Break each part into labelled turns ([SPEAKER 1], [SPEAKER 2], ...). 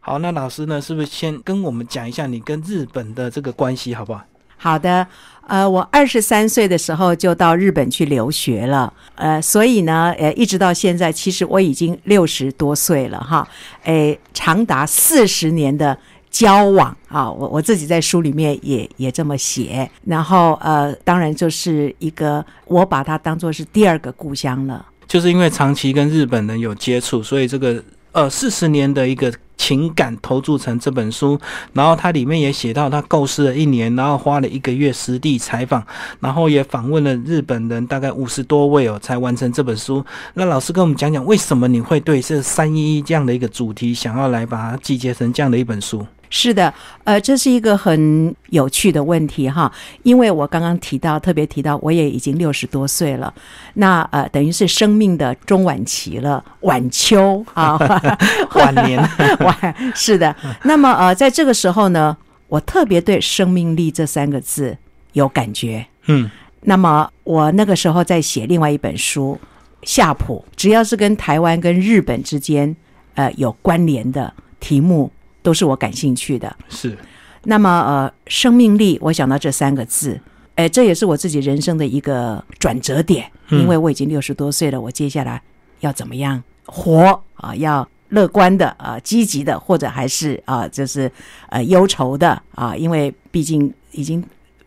[SPEAKER 1] 好，那老师呢，是不是先跟我们讲一下你跟日本的这个关系，好不好？
[SPEAKER 2] 好的，呃，我二十三岁的时候就到日本去留学了，呃，所以呢，呃，一直到现在，其实我已经六十多岁了哈，诶，长达四十年的交往啊，我我自己在书里面也也这么写，然后呃，当然就是一个我把它当做是第二个故乡了。
[SPEAKER 1] 就是因为长期跟日本人有接触，所以这个呃四十年的一个情感投注成这本书。然后它里面也写到，他构思了一年，然后花了一个月实地采访，然后也访问了日本人大概五十多位哦，才完成这本书。那老师跟我们讲讲，为什么你会对这三一一这样的一个主题，想要来把它集结成这样的一本书？
[SPEAKER 2] 是的，呃，这是一个很有趣的问题哈，因为我刚刚提到，特别提到，我也已经六十多岁了，那呃，等于是生命的中晚期了，晚秋啊，
[SPEAKER 1] 晚年
[SPEAKER 2] 晚是的。那么呃，在这个时候呢，我特别对“生命力”这三个字有感觉。
[SPEAKER 1] 嗯，
[SPEAKER 2] 那么我那个时候在写另外一本书《夏普》，只要是跟台湾跟日本之间呃有关联的题目，都是我感兴趣的。
[SPEAKER 1] 是
[SPEAKER 2] 那么呃，生命力，我想到这三个字，哎，这也是我自己人生的一个转折点，
[SPEAKER 1] 嗯
[SPEAKER 2] 因为我已经六十多岁了，我接下来要怎么样活啊？要乐观的啊，积极的，或者还是啊，就是呃忧愁的啊，因为毕竟已经。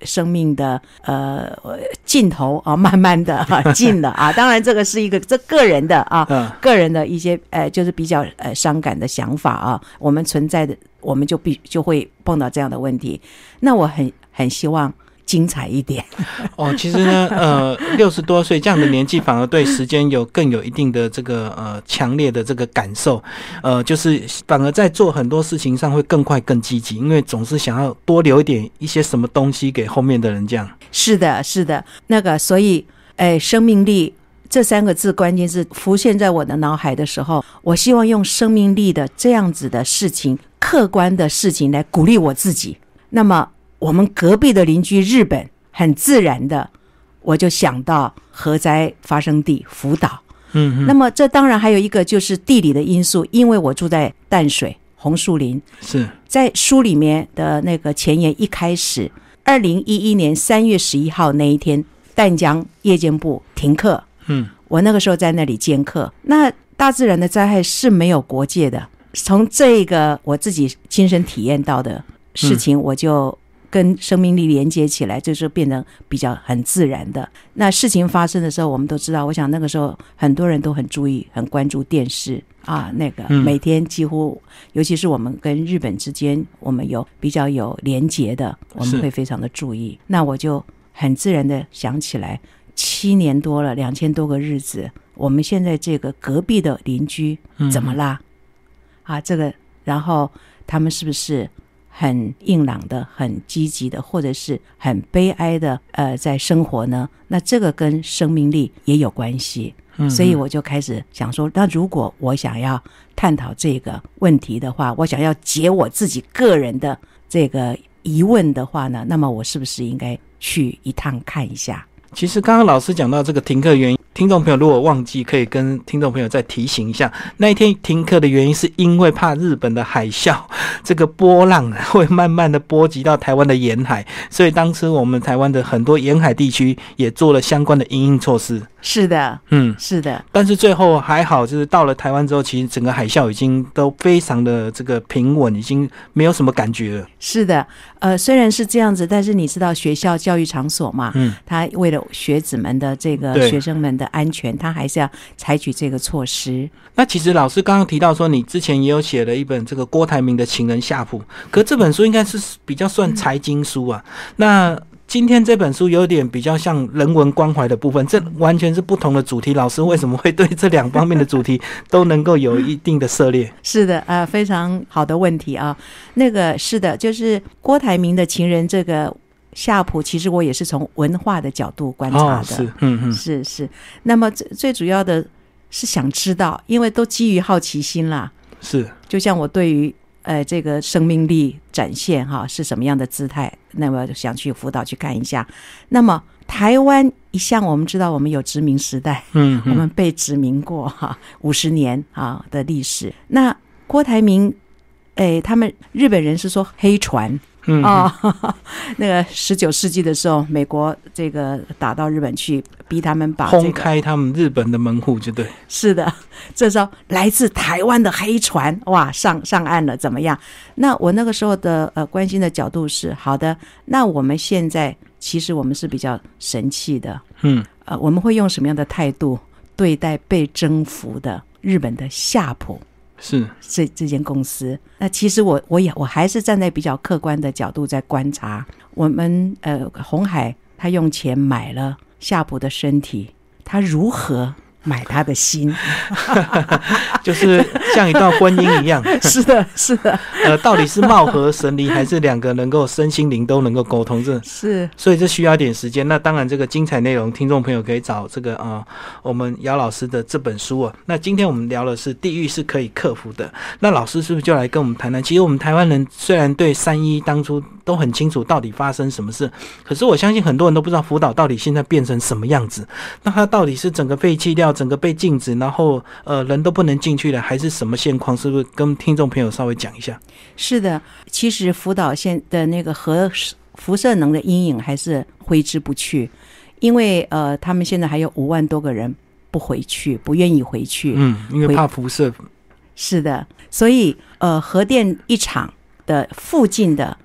[SPEAKER 2] 生命的呃尽头啊，慢慢的啊近了啊，当然这个是一个这个人的啊，
[SPEAKER 1] 嗯
[SPEAKER 2] 个人的一些呃，就是比较呃伤感的想法啊，我们存在的，我们就必就会碰到这样的问题。那我很很希望精彩一点，
[SPEAKER 1] 哦，其实呢，呃，六十多岁这样的年纪，反而对时间有更有一定的这个呃强烈的这个感受，呃，就是反而在做很多事情上会更快、更积极，因为总是想要多留一点一些什么东西给后面的人。这样，
[SPEAKER 2] 是的，是的，那个，所以，哎，生命力这三个字，关键是浮现在我的脑海的时候，我希望用生命力的这样子的事情，客观的事情来鼓励我自己。那么，我们隔壁的邻居日本，很自然的，我就想到核灾发生地福岛。
[SPEAKER 1] 嗯
[SPEAKER 2] 那么这当然还有一个就是地理的因素，因为我住在淡水红树林，
[SPEAKER 1] 是
[SPEAKER 2] 在书里面的那个前言一开始，二零一一年三月十一号那一天，淡江夜间部停课，
[SPEAKER 1] 嗯，
[SPEAKER 2] 我那个时候在那里兼课。那大自然的灾害是没有国界的，从这个我自己亲身体验到的事情，我就跟生命力连接起来，这就是变得比较很自然的。那事情发生的时候，我们都知道，我想那个时候很多人都很注意、很关注电视啊，那个
[SPEAKER 1] 嗯
[SPEAKER 2] 每天几乎，尤其是我们跟日本之间，我们有比较有连结的，我
[SPEAKER 1] 是
[SPEAKER 2] 们会非常的注意。那我就很自然的想起来，七年多了，两千多个日子，我们现在这个隔壁的邻居
[SPEAKER 1] 嗯
[SPEAKER 2] 怎么啦？啊，这个，然后他们是不是很硬朗的、很积极的，或者是很悲哀的，呃，在生活呢？那这个跟生命力也有关系，
[SPEAKER 1] 嗯
[SPEAKER 2] 所以我就开始想说，那如果我想要探讨这个问题的话，我想要解我自己个人的这个疑问的话呢，那么我是不是应该去一趟看一下？
[SPEAKER 1] 其实刚刚老师讲到这个停课原因，听众朋友如果忘记，可以跟听众朋友再提醒一下，那一天停课的原因是因为怕日本的海啸， 这个波浪啊会慢慢的波及到台湾的沿海，所以当时我们台湾的很多沿海地区也做了相关的应应措施。
[SPEAKER 2] 是的，
[SPEAKER 1] 嗯，
[SPEAKER 2] 是的，
[SPEAKER 1] 但是最后还好，就是到了台湾之后，其实整个海啸已经都非常的这个平稳，已经没有什么感觉了。
[SPEAKER 2] 是的，呃，虽然是这样子，但是你知道学校教育场所嘛，
[SPEAKER 1] 嗯，
[SPEAKER 2] 他为了学子们的这
[SPEAKER 1] 对
[SPEAKER 2] 个学生们的安全，他还是要采取这个措施。
[SPEAKER 1] 那其实老师刚刚提到说，你之前也有写了一本这个郭台铭的《情人下铺》，可这本书应该是比较算财经书啊。那今天这本书有点比较像人文关怀的部分，这完全是不同的主题。老师为什么会对这两方面的主题都能够有一定的涉猎？
[SPEAKER 2] 是的，啊、非常好的问题啊。那个是的，就是郭台铭的情人这个夏普，其实我也是从文化的角度观察
[SPEAKER 1] 哦，
[SPEAKER 2] 的。
[SPEAKER 1] 是，嗯嗯，
[SPEAKER 2] 是是，那么最最主要的是想知道，因为都基于好奇心啦。
[SPEAKER 1] 是
[SPEAKER 2] 就像我对于呃这个生命力展现哈是什么样的姿态，那么想去辅导去看一下。那么台湾一向我们知道我们有殖民时代，
[SPEAKER 1] 嗯
[SPEAKER 2] 我
[SPEAKER 1] 嗯
[SPEAKER 2] 们被殖民过哈五十年啊的历史。那郭台铭哎，他们日本人是说黑船
[SPEAKER 1] 嗯，
[SPEAKER 2] 啊、那个十九世纪的时候，美国这个打到日本去，逼他们把这
[SPEAKER 1] 轰
[SPEAKER 2] 个
[SPEAKER 1] 开他们日本的门户就对，
[SPEAKER 2] 是的，这艘来自台湾的黑船，哇，上上岸了，怎么样？那我那个时候的呃关心的角度是好的，那我们现在其实我们是比较神气的，
[SPEAKER 1] 嗯
[SPEAKER 2] 呃，我们会用什么样的态度对待被征服的日本的夏普？
[SPEAKER 1] 是，
[SPEAKER 2] 这这间公司。那其实我我也我还是站在比较客观的角度在观察。我们呃，红海他用钱买了夏普的身体，他如何买他的心？
[SPEAKER 1] 就是像一段婚姻一样，
[SPEAKER 2] 是的，是的，
[SPEAKER 1] 呃，到底是貌合神离，还是两个能够身心灵都能够沟通？这
[SPEAKER 2] 是
[SPEAKER 1] 所以这需要一点时间。那当然，这个精彩内容，听众朋友可以找这个呃，我们姚老师的这本书啊。那今天我们聊的是地狱是可以克服的。那老师是不是就来跟我们谈谈？其实我们台湾人虽然对三一当初都很清楚到底发生什么事，可是我相信很多人都不知道福岛到底现在变成什么样子。那它到底是整个废弃掉，整个被禁止，然后呃人都不能进去了，还是什么现况？是不是跟听众朋友稍微讲一下？
[SPEAKER 2] 是的，其实福岛县的那个核辐射能的阴影还是挥之不去，因为呃，他们现在还有五万多个人不回去，不愿意回去。
[SPEAKER 1] 嗯，因为
[SPEAKER 2] 回
[SPEAKER 1] 怕辐射，
[SPEAKER 2] 是的，所以呃，核电一厂的附近的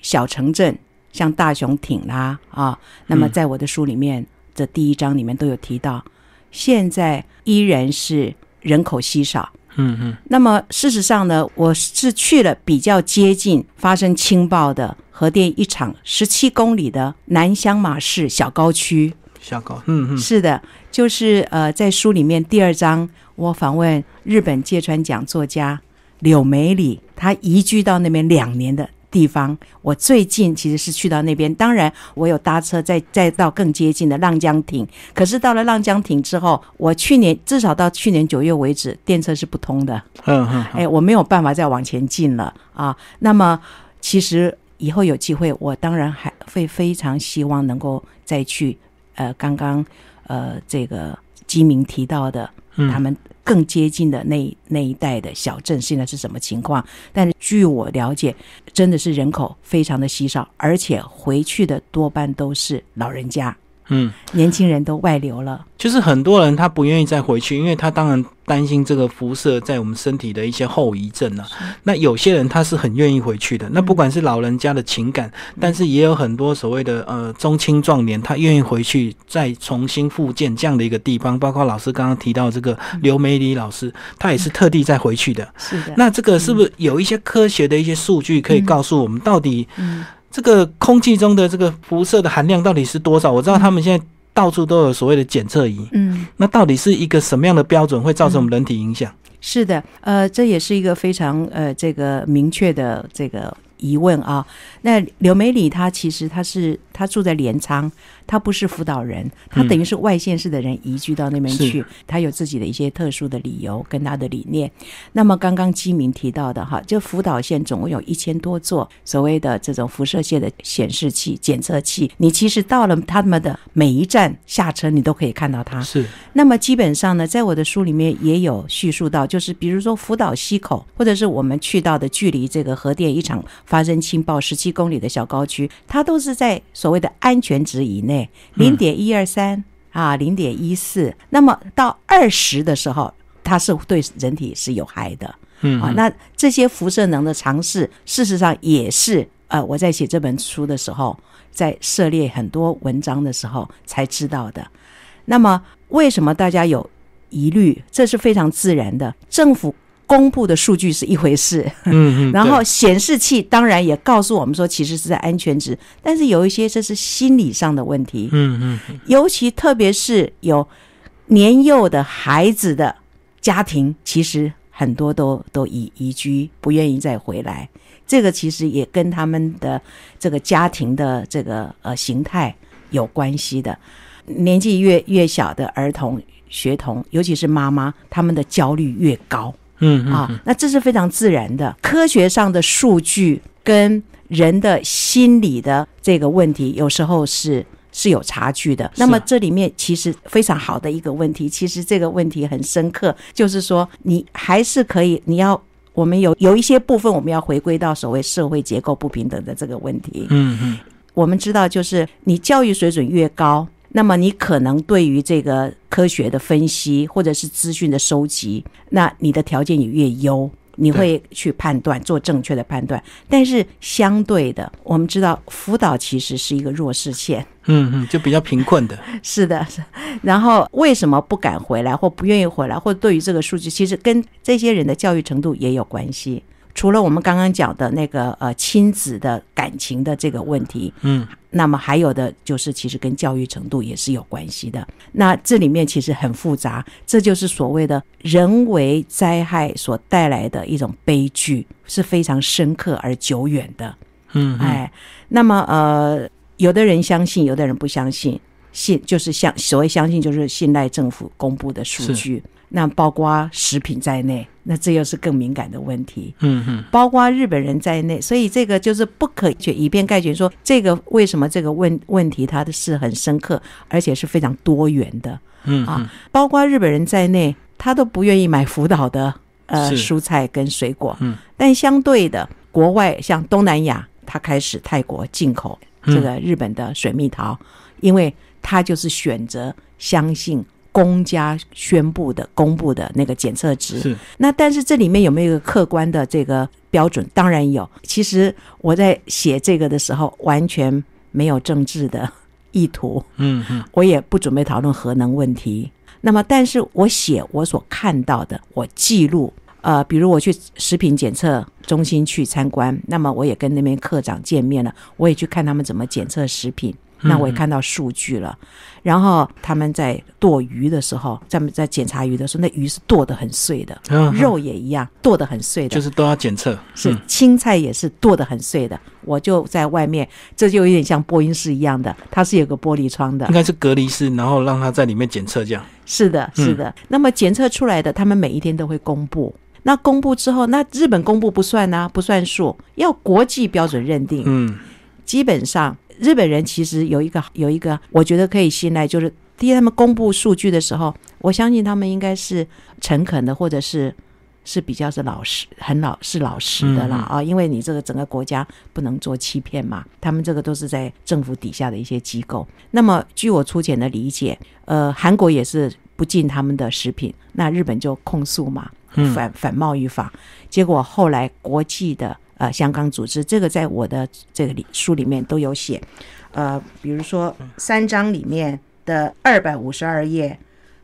[SPEAKER 2] 小城镇，像大熊町啦啊，那么
[SPEAKER 1] 嗯
[SPEAKER 2] 在我的书里面的第一章里面都有提到，现在依然是人口稀少。
[SPEAKER 1] 嗯嗯
[SPEAKER 2] 那么事实上呢，我是去了比较接近发生氢爆的核电一厂十七公里的南香马市小高区，
[SPEAKER 1] 下高，嗯嗯
[SPEAKER 2] 是的，就是呃，在书里面第二章，我访问日本芥川奖作家柳梅里，她移居到那边两年的地方。我最近其实是去到那边，当然我有搭车再再到更接近的浪江町。可是到了浪江町之后，我去年至少到去年九月为止，电车是不通的。
[SPEAKER 1] 嗯嗯，
[SPEAKER 2] 哎，我没有办法再往前进了啊。那么，其实以后有机会，我当然还会非常希望能够再去呃，刚刚呃这个基民提到的，
[SPEAKER 1] 嗯
[SPEAKER 2] 他们更接近的那一那一带的小镇现在是什么情况？但是据我了解，真的是人口非常的稀少，而且回去的多半都是老人家，
[SPEAKER 1] 嗯，
[SPEAKER 2] 年轻人都外流了。
[SPEAKER 1] 就是很多人他不愿意再回去，因为他当然担心这个辐射在我们身体的一些后遗症啊。那有些人他是很愿意回去的，那不管是老人家的情感，但是也有很多所谓的呃中青壮年，他愿意回去再重新复健这样的一个地方。包括老师刚刚提到这个刘梅里老师，他也是特地再回去的。
[SPEAKER 2] 是的，
[SPEAKER 1] 那这个是不是有一些科学的一些数据可以告诉我们，到底
[SPEAKER 2] 嗯，
[SPEAKER 1] 这个空气中的这个辐射的含量到底是多少？我知道他们现在到处都有所谓的检测仪。
[SPEAKER 2] 嗯。
[SPEAKER 1] 那到底是一个什么样的标准会造成我们人体影响？
[SPEAKER 2] 是的，呃，这也是一个非常呃这个明确的这个疑问啊。那刘美里她其实她是她住在镰仓，她不是福岛人，她
[SPEAKER 1] 嗯
[SPEAKER 2] 等于是外县市的人移居到那边
[SPEAKER 1] 是
[SPEAKER 2] 去，她有自己的一些特殊的理由跟她的理念。那么刚刚基民提到的哈，就福岛县总共有一千多座所谓的这种辐射线的显示器、检测器，你其实到了他们的每一站下车，你都可以看到它。
[SPEAKER 1] 是，
[SPEAKER 2] 那么基本上呢，在我的书里面也有叙述到，就是比如说福岛溪口，或者是我们去到的距离这个核电一场发生氢爆十七公里的小高区，它都是在所谓的安全值以内，
[SPEAKER 1] 嗯
[SPEAKER 2] 零点一二三啊，零点一四。那么到二十的时候，它是对人体是有害的。
[SPEAKER 1] 嗯
[SPEAKER 2] 啊，那这些辐射能的尝试，事实上也是呃，我在写这本书的时候，在涉猎很多文章的时候才知道的。那么，为什么大家有疑虑？这是非常自然的。政府公布的数据是一回事，
[SPEAKER 1] 嗯嗯
[SPEAKER 2] 然后显示器当然也告诉我们说，其实是在安全值，但是有一些这是心理上的问题。
[SPEAKER 1] 嗯嗯，
[SPEAKER 2] 尤其特别是有年幼的孩子的家庭，其实很多都都移移居，不愿意再回来。这个其实也跟他们的这个家庭的这个呃形态有关系的。年纪越越小的儿童学童，尤其是妈妈，他们的焦虑越高。
[SPEAKER 1] 嗯嗯
[SPEAKER 2] 啊，那这是非常自然的。科学上的数据跟人的心理的这个问题，有时候是是有差距的。那么这里面其实非常好的一个问题，其实这个问题很深刻，就是说你还是可以，你要我们有有一些部分我们要回归到所谓社会结构不平等的这个问题。
[SPEAKER 1] 嗯嗯
[SPEAKER 2] 我们知道，就是你教育水准越高，那么你可能对于这个科学的分析或者是资讯的收集，那你的条件也越优，你会去判断做正确的判断。但是相对的，我们知道辅导其实是一个弱势线，
[SPEAKER 1] 嗯嗯，就比较贫困的，
[SPEAKER 2] 是的。 是然后为什么不敢回来，或不愿意回来，或对于这个数据，其实跟这些人的教育程度也有关系。除了我们刚刚讲的那个呃亲子的感情的这个问题，
[SPEAKER 1] 嗯，
[SPEAKER 2] 那么还有的就是其实跟教育程度也是有关系的。那这里面其实很复杂，这就是所谓的人为灾害所带来的一种悲剧，是非常深刻而久远的。
[SPEAKER 1] 嗯，嗯，
[SPEAKER 2] 哎，那么呃，有的人相信，有的人不相信。信就是相所谓相信，就是信赖政府公布的数
[SPEAKER 1] 是
[SPEAKER 2] 据。那包括食品在内，那这又是更敏感的问题。
[SPEAKER 1] 嗯嗯
[SPEAKER 2] 包括日本人在内，所以这个就是不可以以偏概全说这个为什么这个问问题它的是很深刻，而且是非常多元的，
[SPEAKER 1] 嗯
[SPEAKER 2] 啊
[SPEAKER 1] 嗯，
[SPEAKER 2] 包括日本人在内，他都不愿意买福岛的呃
[SPEAKER 1] 是
[SPEAKER 2] 蔬菜跟水果，
[SPEAKER 1] 嗯，
[SPEAKER 2] 但相对的，国外像东南亚，他开始泰国进口
[SPEAKER 1] 嗯
[SPEAKER 2] 这个日本的水蜜桃，因为他就是选择相信公家宣布的公布的那个检测值，
[SPEAKER 1] 是，
[SPEAKER 2] 那但是这里面有没有一个客观的这个标准？当然有。其实我在写这个的时候，完全没有政治的意图，
[SPEAKER 1] 嗯嗯
[SPEAKER 2] 我也不准备讨论核能问题。那么，但是我写我所看到的，我记录。呃，比如我去食品检测中心去参观，那么我也跟那边科长见面了，我也去看他们怎么检测食品，那我也看到数据了。然后他们在剁鱼的时候，他们在检查鱼的时候，那鱼是剁得很碎的，
[SPEAKER 1] 嗯，
[SPEAKER 2] 肉也一样剁得很碎的，
[SPEAKER 1] 就是都要检测，
[SPEAKER 2] 是
[SPEAKER 1] 嗯
[SPEAKER 2] 青菜也是剁得很碎的。我就在外面，这就有点像播音室一样的，它是有个玻璃窗的
[SPEAKER 1] 应。该是隔离室，然后让他在里面检测这样，
[SPEAKER 2] 是的，
[SPEAKER 1] 嗯
[SPEAKER 2] 是的。那么检测出来的，他们每一天都会公布。那公布之后，那日本公布不算啊呐、不算数，要国际标准认定。
[SPEAKER 1] 嗯
[SPEAKER 2] 基本上日本人其实有一个有一个，我觉得可以信赖，就是第一，他们公布数据的时候，我相信他们应该是诚恳的，或者是是比较是老实，很老是老实的啦
[SPEAKER 1] 嗯
[SPEAKER 2] 啊，因为你这个整个国家不能做欺骗嘛，他们这个都是在政府底下的一些机构。那么据我粗浅的理解，呃，韩国也是不进他们的食品，那日本就控诉嘛，
[SPEAKER 1] 嗯
[SPEAKER 2] 反反贸易法。结果后来国际的呃香港组织，这个在我的这个里书里面都有写，呃，比如说三章里面的二百五十二页，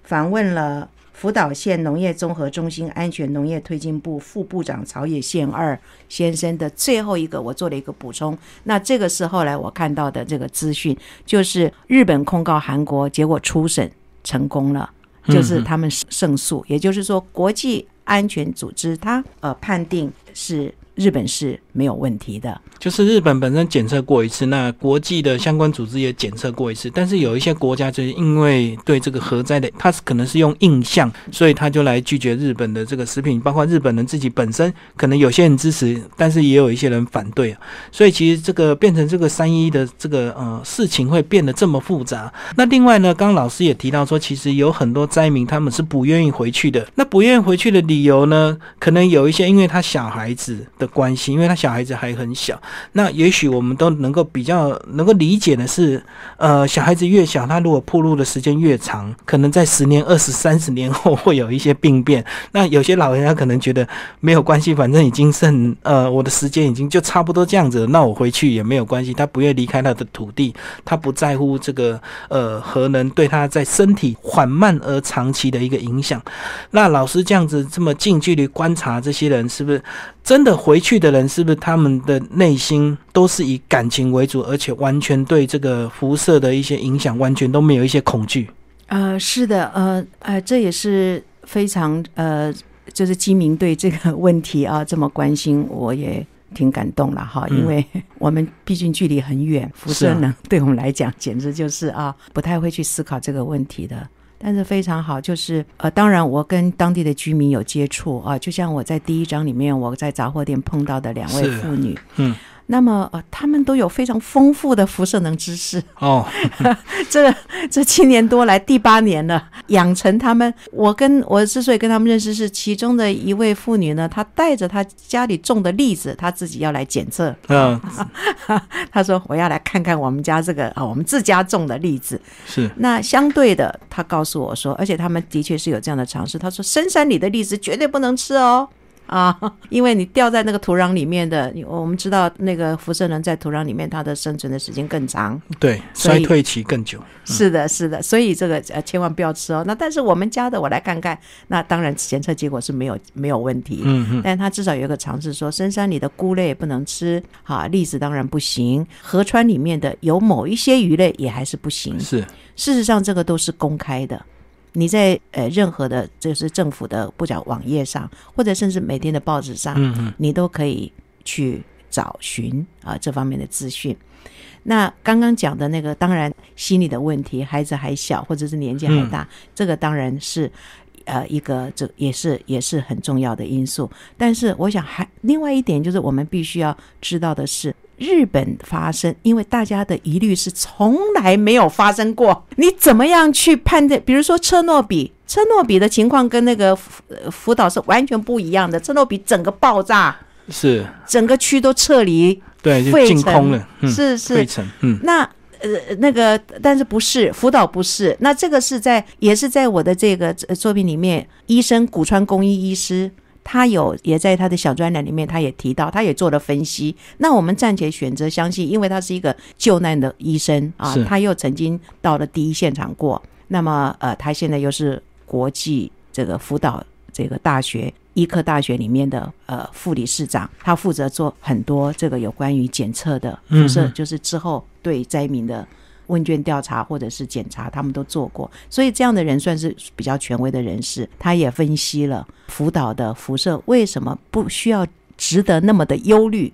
[SPEAKER 2] 访问了福岛县农业综合中心安全农业推进部副部长朝野宪二先生的最后一个，我做了一个补充。那这个是后来我看到的这个资讯，就是日本控告韩国，结果初审成功了。就是他们胜诉，也就是说，国际安全组织它呃判定是日本是没有问题的，
[SPEAKER 1] 就是日本本身检测过一次，那国际的相关组织也检测过一次，但是有一些国家就是因为对这个核灾的，它是可能是用印象，所以他就来拒绝日本的这个食品，包括日本人自己本身，可能有些人支持，但是也有一些人反对啊。所以其实这个变成这个三一的这个呃事情会变得这么复杂。那另外呢，刚刚老师也提到说，其实有很多灾民他们是不愿意回去的。那不愿意回去的理由呢，可能有一些因为他小孩子的关系，因为他小孩子还很小。那也许我们都能够比较能够理解的是，呃，小孩子越小，他如果暴露的时间越长，可能在十年、二十、三十年后 会有一些病变。那有些老人家可能觉得没有关系，反正已经剩呃我的时间已经就差不多这样子了，那我回去也没有关系。他不愿意离开他的土地，他不在乎这个呃核能对他在身体缓慢而长期的一个影响。那老师这样子这么近距离观察这些人，是不是真的回去的人，是不是他们的内心都是以感情为主，而且完全对这个辐射的一些影响完全都没有一些恐惧？
[SPEAKER 2] 呃，是的，呃呃，这也是非常呃，就是基民对这个问题啊这么关心，我也挺感动了哈，
[SPEAKER 1] 嗯
[SPEAKER 2] 因为我们毕竟距离很远，辐
[SPEAKER 1] 是啊
[SPEAKER 2] 射能 对我们来讲简直就是啊，不太会去思考这个问题的。但是非常好，就是呃，当然我跟当地的居民有接触啊，就像我在第一章里面我在杂货店碰到的两位
[SPEAKER 1] 是
[SPEAKER 2] 妇女，
[SPEAKER 1] 嗯，
[SPEAKER 2] 那么呃，他们都有非常丰富的辐射能知识。
[SPEAKER 1] 哦，
[SPEAKER 2] 这 这七年多来第八年了，养成他们。我跟我之所以跟他们认识，是其中的一位妇女呢，她带着她家里种的栗子，她自己要来检测。
[SPEAKER 1] 嗯，
[SPEAKER 2] 她说：“我要来看看我们家这个啊，我们自家种的栗子。”
[SPEAKER 1] 是，
[SPEAKER 2] 那相对的，他告诉我说，而且他们的确是有这样的尝试。他说，深山里的栗子绝对不能吃哦，啊， 因为你掉在那个土壤里面的，你我们知道那个辐射能在土壤里面它的生存的时间更长。
[SPEAKER 1] 对，
[SPEAKER 2] 所
[SPEAKER 1] 衰
[SPEAKER 2] 以
[SPEAKER 1] 退期更久。
[SPEAKER 2] 是的，是的，所以这个呃千万不要吃哦。那但是我们家的，我来看看，那当然检测结果是没有没有问题。
[SPEAKER 1] 嗯嗯，
[SPEAKER 2] 但他至少有一个尝试说，深山里的菇类不能吃，哈，栗子当然不行，河川里面的有某一些鱼类也还是不行。
[SPEAKER 1] 是，
[SPEAKER 2] 事实上，这个都是公开的。你在呃任何的，就是政府的不讲网页上，或者甚至每天的报纸上，
[SPEAKER 1] 嗯嗯，
[SPEAKER 2] 你都可以去找寻啊、这方面的资讯。那刚刚讲的那个，当然心理的问题，孩子还小，或者是年纪还大，这个当然是呃一个这也是也是很重要的因素。但是我想还另外一点就是，我们必须要知道的是。日本发生，因为大家的疑虑是从来没有发生过。你怎么样去判断？比如说车诺比，车诺比的情况跟那个福呃福岛是完全不一样的。车诺比整个爆炸，
[SPEAKER 1] 是，
[SPEAKER 2] 整个区都撤离，
[SPEAKER 1] 对，就
[SPEAKER 2] 费
[SPEAKER 1] 净
[SPEAKER 2] 城
[SPEAKER 1] 空了，嗯，
[SPEAKER 2] 是
[SPEAKER 1] 费
[SPEAKER 2] 是。
[SPEAKER 1] 城，嗯，
[SPEAKER 2] 那呃，那个，但是不是福岛不是？那这个是在也是在我的这个呃作品里面，医生古川公一医师。他有也在他的小专栏里面，他也提到，他也做了分析。那我们暂且选择相信，因为他是一个救难的医生啊
[SPEAKER 1] 是，
[SPEAKER 2] 他又曾经到了第一现场过。那么，呃，他现在又是国际这个辅导这个大学医科大学里面的呃副理事长，他负责做很多这个有关于检测的
[SPEAKER 1] 嗯
[SPEAKER 2] 辐射，
[SPEAKER 1] 嗯
[SPEAKER 2] 就是之后对灾民的问卷调查或者是检查，他们都做过，所以这样的人算是比较权威的人士。他也分析了福岛的辐射为什么不需要值得那么的忧虑，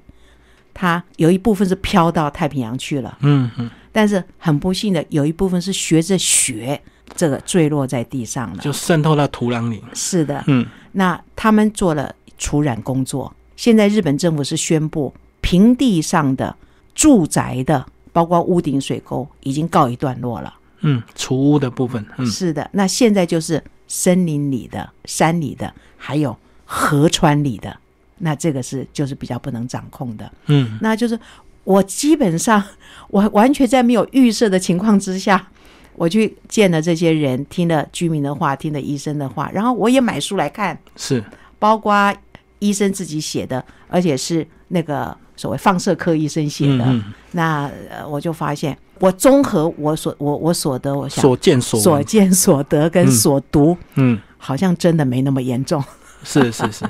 [SPEAKER 2] 它有一部分是飘到太平洋去了，
[SPEAKER 1] 嗯嗯，
[SPEAKER 2] 但是很不幸的有一部分是学着雪这个坠落在地上了。
[SPEAKER 1] 就渗透到土壤里，
[SPEAKER 2] 是的，
[SPEAKER 1] 嗯，
[SPEAKER 2] 那他们做了除染工作。现在日本政府是宣布，平地上的住宅的，包括屋顶水沟，已经告一段落了。
[SPEAKER 1] 嗯，储物的部分，嗯，
[SPEAKER 2] 是的，那现在就是森林里的、山里的，还有河川里的，那这个是就是比较不能掌控的。
[SPEAKER 1] 嗯，
[SPEAKER 2] 那就是我基本上 我完全在没有预设的情况之下，我去见了这些人，听了居民的话，听了医生的话，然后我也买书来看。
[SPEAKER 1] 是，
[SPEAKER 2] 包括医生自己写的，而且是那个所谓放射科医生写
[SPEAKER 1] 嗯
[SPEAKER 2] 的。
[SPEAKER 1] 嗯，
[SPEAKER 2] 那呃我就发现，我综合我所我我所得，我想
[SPEAKER 1] 所见所
[SPEAKER 2] 所
[SPEAKER 1] 闻，
[SPEAKER 2] 见所得跟
[SPEAKER 1] 嗯
[SPEAKER 2] 所读，
[SPEAKER 1] 嗯，
[SPEAKER 2] 好像真的没那么严重。
[SPEAKER 1] 是是是，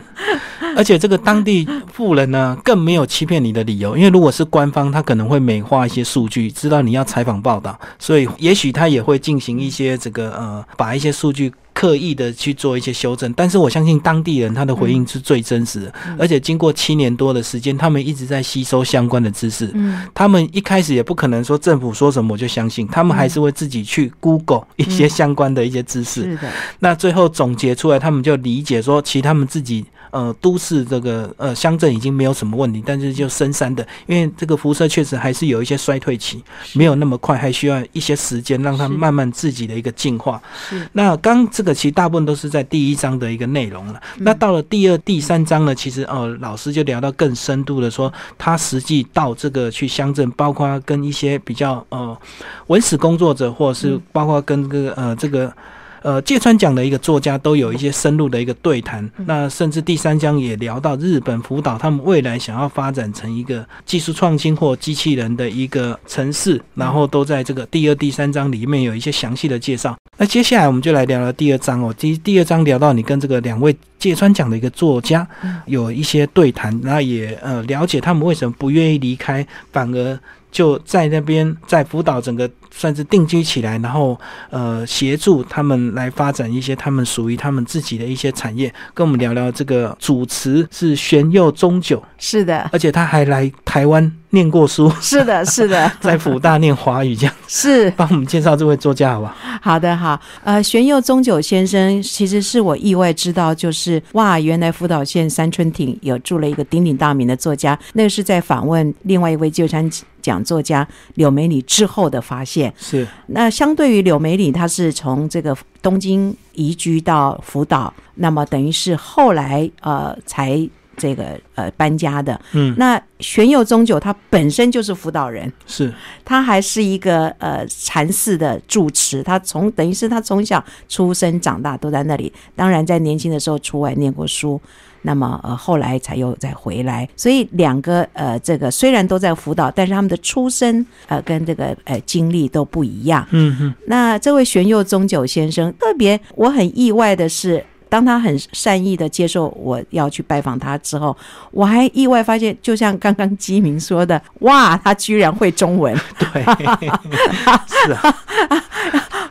[SPEAKER 1] 而且这个当地富人呢，更没有欺骗你的理由，因为如果是官方，他可能会美化一些数据，知道你要采访报道，所以也许他也会进行一些这个呃，把一些数据。刻意的去做一些修正，但是我相信当地人他的回应是最真实的，而且经过七年多的时间，他们一直在吸收相关的知识，
[SPEAKER 2] 嗯，
[SPEAKER 1] 他们一开始也不可能说政府说什么我就相信，他们还是会自己去 Google 一些相关的一些知识。
[SPEAKER 2] 是的，
[SPEAKER 1] 那最后总结出来，他们就理解说，其实他们自己呃都市这个呃乡镇已经没有什么问题，但是就深山的，因为这个辐射确实还是有一些衰退期，没有那么快，还需要一些时间让它
[SPEAKER 2] 是
[SPEAKER 1] 慢慢自己的一个进化。
[SPEAKER 2] 是
[SPEAKER 1] 那刚这个其实大部分都是在第一章的一个内容了。那到了第二、第三章呢，其实呃，老师就聊到更深度的说，他实际到这个去乡镇，包括跟一些比较呃文史工作者，或者是
[SPEAKER 2] 嗯
[SPEAKER 1] 包括跟这个呃这个。呃，芥川奖的一个作家都有一些深入的一个对谈，
[SPEAKER 2] 嗯
[SPEAKER 1] 那甚至第三章也聊到日本福岛他们未来想要发展成一个技术创新或机器人的一个城市，
[SPEAKER 2] 嗯
[SPEAKER 1] 然后都在这个第二、第三章里面有一些详细的介绍。那接下来我们就来聊聊第二章哦。第第二章聊到你跟这个两位芥川奖的一个作家
[SPEAKER 2] 嗯
[SPEAKER 1] 有一些对谈，那也呃了解他们为什么不愿意离开，反而就在那边在福岛整个算是定居起来，然后呃协助他们来发展一些他们属于他们自己的一些产业。跟我们聊聊这个主持是玄佑中久，
[SPEAKER 2] 是的，
[SPEAKER 1] 而且他还来台湾念过书，
[SPEAKER 2] 是的，是的，
[SPEAKER 1] 在福大念华语，这样
[SPEAKER 2] 是
[SPEAKER 1] 帮我们介绍这位作家好吧？
[SPEAKER 2] 好的，好，呃，玄佑宗九先生其实是我意外知道，就是哇，原来福岛县三春町有住了一个鼎鼎大名的作家，那个是在访问另外一位旧山奖作家柳梅里之后的发现。
[SPEAKER 1] 是，
[SPEAKER 2] 那相对于柳梅里，他是从这个东京移居到福岛，那么等于是后来呃才这个呃搬家的。
[SPEAKER 1] 嗯，
[SPEAKER 2] 那玄佑宗九他本身就是福岛人，
[SPEAKER 1] 是，
[SPEAKER 2] 他还是一个呃禅寺的住持，他从等于是他从小出生长大都在那里，当然在年轻的时候出外念过书，那么呃后来才又再回来，所以两个呃这个虽然都在福岛，但是他们的出身呃跟这个呃经历都不一样。
[SPEAKER 1] 嗯嗯，
[SPEAKER 2] 那这位玄佑宗九先生，特别我很意外的是，当他很善意的接受我要去拜访他之后，我还意外发现，就像刚刚基明说的，哇，他居然会中文，
[SPEAKER 1] 对， 是啊，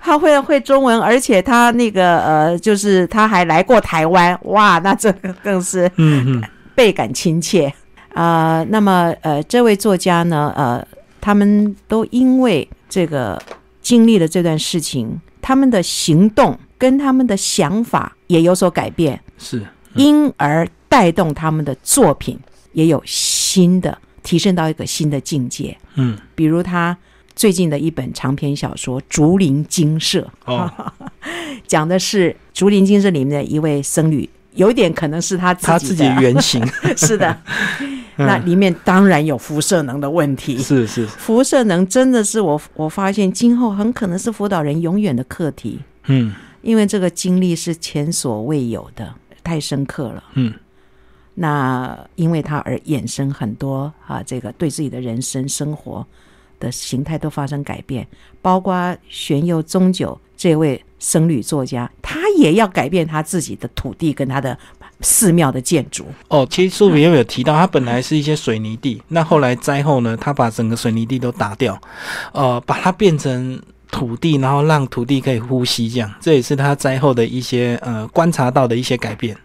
[SPEAKER 2] 他会会中文，而且他那个呃，就是他还来过台湾，哇，那这个更是
[SPEAKER 1] 嗯嗯，
[SPEAKER 2] 倍感亲切啊、呃那么呃，这位作家呢，呃，他们都因为这个经历了这段事情，他们的行动跟他们的想法也有所改变，
[SPEAKER 1] 是，
[SPEAKER 2] 因而带动他们的作品也有新的提升到一个新的境界。
[SPEAKER 1] 嗯，
[SPEAKER 2] 比如他最近的一本长篇小说《竹林精舍》，
[SPEAKER 1] 哦，
[SPEAKER 2] 讲的是竹林精舍里面的一位僧侣，有一点可能是 他自己
[SPEAKER 1] 他自己
[SPEAKER 2] 的
[SPEAKER 1] 原型，
[SPEAKER 2] 是的，那里面当然有辐射能的问题。
[SPEAKER 1] 是是，
[SPEAKER 2] 辐射能真的是我我发现今后很可能是辅导人永远的课题，
[SPEAKER 1] 嗯
[SPEAKER 2] 因为这个经历是前所未有的，太深刻了。
[SPEAKER 1] 嗯，
[SPEAKER 2] 那因为它而衍生很多啊，这个对自己的人生生活的形态都发生改变，包括玄佑宗九这位僧侣作家，他也要改变他自己的土地跟他的寺庙的建筑。
[SPEAKER 1] 哦，其实书里也有提到，它本来是一些水泥地，那后来灾后呢，他把整个水泥地都打掉，呃，把它变成土地，然后让土地可以呼吸，这样，这也是他灾后的一些呃观察到的一些改变。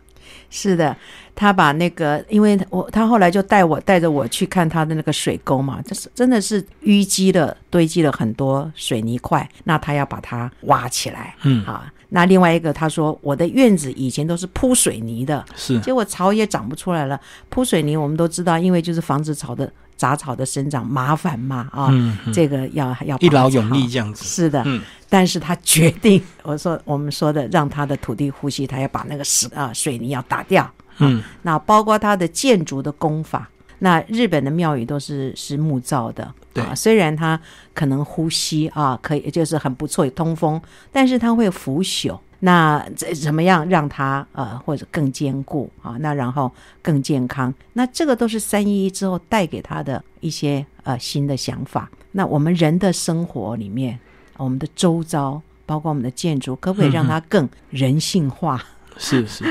[SPEAKER 2] 是的，他把那个，因为我他后来就带我带着我去看他的那个水沟嘛，这是真的是淤积了堆积了很多水泥块，那他要把它挖起来，
[SPEAKER 1] 嗯，
[SPEAKER 2] 啊。那另外一个，他说我的院子以前都是铺水泥的，
[SPEAKER 1] 是，
[SPEAKER 2] 结果草也长不出来了。铺水泥我们都知道，因为就是防止草的杂草的生长，麻烦嘛啊，
[SPEAKER 1] 嗯，嗯
[SPEAKER 2] 这个要要
[SPEAKER 1] 一
[SPEAKER 2] 拔
[SPEAKER 1] 劳
[SPEAKER 2] 草
[SPEAKER 1] 永逸这样子。
[SPEAKER 2] 是的，
[SPEAKER 1] 嗯
[SPEAKER 2] 但是他决定， 我说我们说的让他的土地呼吸，他要把那个石啊、水泥要打掉。
[SPEAKER 1] 嗯，
[SPEAKER 2] 那包括他的建筑的工法，那日本的庙宇都是是木造的，
[SPEAKER 1] 对
[SPEAKER 2] 啊，虽然它可能呼吸啊，可以就是很不错，也通风，但是它会腐朽。那这怎么样让它呃或者更坚固啊？那然后更健康，那这个都是三一一之后带给他的一些呃新的想法。那我们人的生活里面，我们的周遭，包括我们的建筑，可不可以让它更人性化？
[SPEAKER 1] 是是，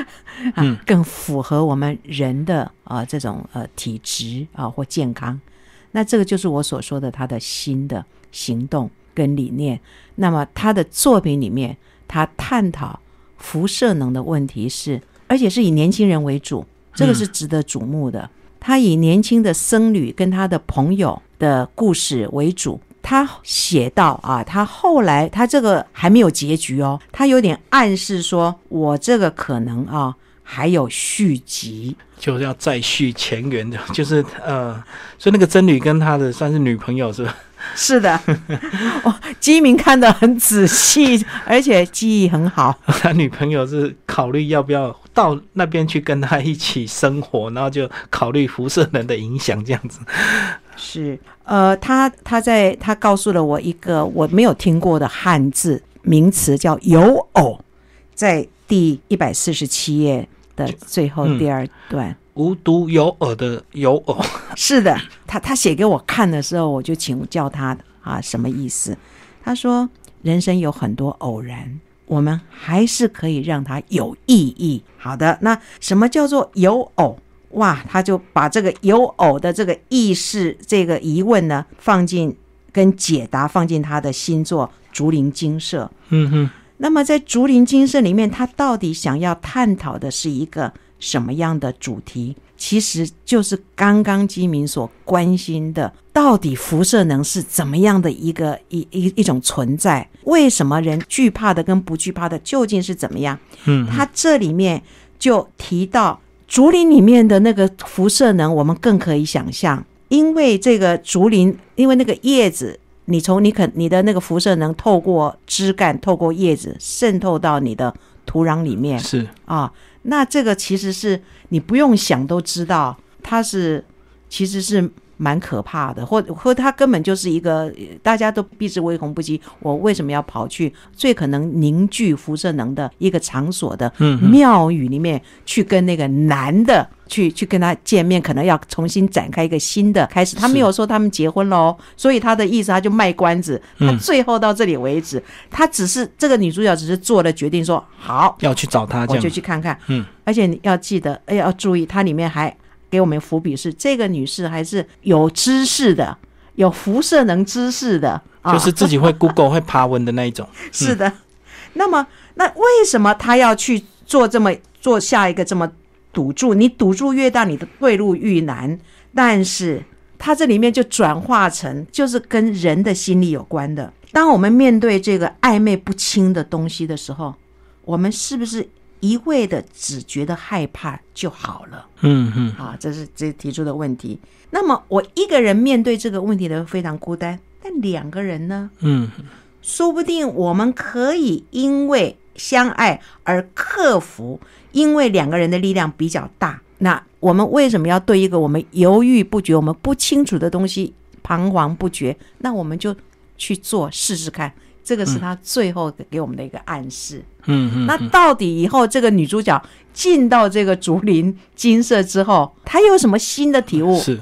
[SPEAKER 2] 啊，更符合我们人的啊、呃这种呃体质啊、或健康。那这个就是我所说的他的新的行动跟理念。那么他的作品里面，他探讨辐射能的问题是，而且是以年轻人为主，这个是值得瞩目的。他以年轻的僧侣跟他的朋友的故事为主。他写到啊，他后来他这个还没有结局哦，他有点暗示说，我这个可能啊还有续集。
[SPEAKER 1] 就是要再续前缘的，就是呃，所以那个真女跟他的算是女朋友是吧？
[SPEAKER 2] 是 的，哇，基民哦看得很仔细，而且记忆很好。
[SPEAKER 1] 他女朋友是考虑要不要到那边去跟他一起生活，然后就考虑辐射能的影响这样子。
[SPEAKER 2] 是，呃，他他在他告诉了我一个我没有听过的汉字名词，叫“有偶”，在第一百四十七页的最后
[SPEAKER 1] 嗯
[SPEAKER 2] 第二段。
[SPEAKER 1] 无独有偶的有偶，
[SPEAKER 2] 是的，他他写给我看的时候，我就请教他啊，什么意思？他说，人生有很多偶然，我们还是可以让它有意义。好的，那什么叫做有偶？哇，他就把这个有偶的这个意识、这个疑问呢，放进跟解答放进他的新作《竹林精舍》。
[SPEAKER 1] 嗯哼，
[SPEAKER 2] 那么在竹林精舍里面，他到底想要探讨的是一个什么样的主题？其实就是刚刚基民所关心的，到底辐射能是怎么样的一个一一一种存在？为什么人惧怕的跟不惧怕的究竟是怎么样？
[SPEAKER 1] 嗯，
[SPEAKER 2] 它这里面就提到竹林里面的那个辐射能，我们更可以想象，因为这个竹林，因为那个叶子，你从你肯你的那个辐射能透过枝干、透过叶子渗透到你的土壤里面
[SPEAKER 1] 是
[SPEAKER 2] 啊。那这个其实是你不用想都知道，它是其实是蛮可怕的，或或它根本就是一个呃大家都避之唯恐不及。我为什么要跑去最可能凝聚辐射能的一个场所的
[SPEAKER 1] 嗯
[SPEAKER 2] 庙宇里面去跟那个男的去去跟他见面？可能要重新展开一个新的开始。他没有说他们结婚喽，所以他的意思他就卖关子。他
[SPEAKER 1] 嗯
[SPEAKER 2] 最后到这里为止，他只是这个女主角只是做了决定说好，
[SPEAKER 1] 要去找他这
[SPEAKER 2] 我就
[SPEAKER 1] 样，
[SPEAKER 2] 去看看。
[SPEAKER 1] 嗯，
[SPEAKER 2] 而且你要记得，哎，要注意，它里面还给我们伏笔是这个女士还是有知识的，有辐射能知识的，啊、
[SPEAKER 1] 就是自己会 Google 会爬文的那一种。
[SPEAKER 2] 是的。那么，那为什么她要去做这么做下一个这么赌注？你赌注越大，你的退路越难。但是它这里面就转化成，就是跟人的心理有关的。当我们面对这个暧昧不清的东西的时候，我们是不是一味的只觉得害怕就好了？
[SPEAKER 1] 嗯嗯，
[SPEAKER 2] 啊，这是这提出的问题。那么我一个人面对这个问题的非常孤单，但两个人呢？
[SPEAKER 1] 嗯，
[SPEAKER 2] 说不定我们可以因为相爱而克服，因为两个人的力量比较大。那我们为什么要对一个我们犹豫不决、我们不清楚的东西彷徨不决？那我们就去做试试看。这个是他最后给我们的一个暗示。
[SPEAKER 1] 嗯嗯，
[SPEAKER 2] 那到底以后这个女主角进到这个竹林金色之后，她有什么新的体悟？
[SPEAKER 1] 是。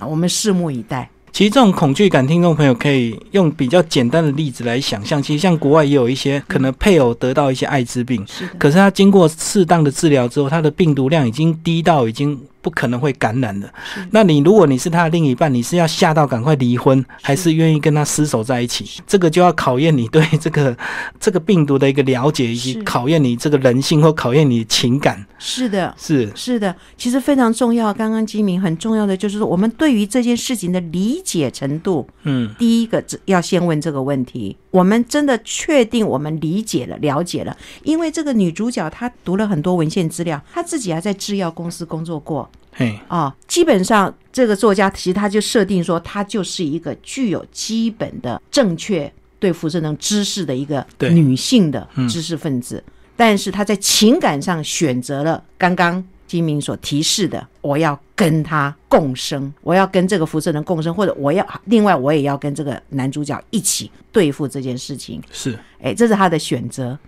[SPEAKER 2] 啊我们拭目以待。
[SPEAKER 1] 其实这种恐惧感，听众朋友可以用比较简单的例子来想象。其实像国外也有一些可能配偶得到一些艾滋病，
[SPEAKER 2] 是的，
[SPEAKER 1] 可是他经过适当的治疗之后，他的病毒量已经低到已经不可能会感染了。那你如果你是他的另一半，你是要吓到赶快离婚，还是愿意跟他厮守在一起？这个就要考验你对这个 这个病毒的一个了解，以及
[SPEAKER 2] 是
[SPEAKER 1] 考验你这个人性或考验你情感。
[SPEAKER 2] 是的，
[SPEAKER 1] 是，
[SPEAKER 2] 是的。其实非常重要。刚刚基明很重要的就是说，我们对于这件事情的理解程度，
[SPEAKER 1] 嗯，
[SPEAKER 2] 第一个只要先问这个问题。我们真的确定我们理解了、了解了，因为这个女主角她读了很多文献资料，她自己还在制药公司工作过。
[SPEAKER 1] 嘿，
[SPEAKER 2] 啊、基本上这个作家其实他就设定说，他就是一个具有基本的正确对辐射能知识的一个
[SPEAKER 1] 对
[SPEAKER 2] 女性的知识分子，但是他在情感上选择了刚刚金明所提示的，我要跟他共生，我要跟这个辐射能共生，或者我要另外我也要跟这个男主角一起对付这件事情。
[SPEAKER 1] 是，
[SPEAKER 2] 哎，这是他的选择。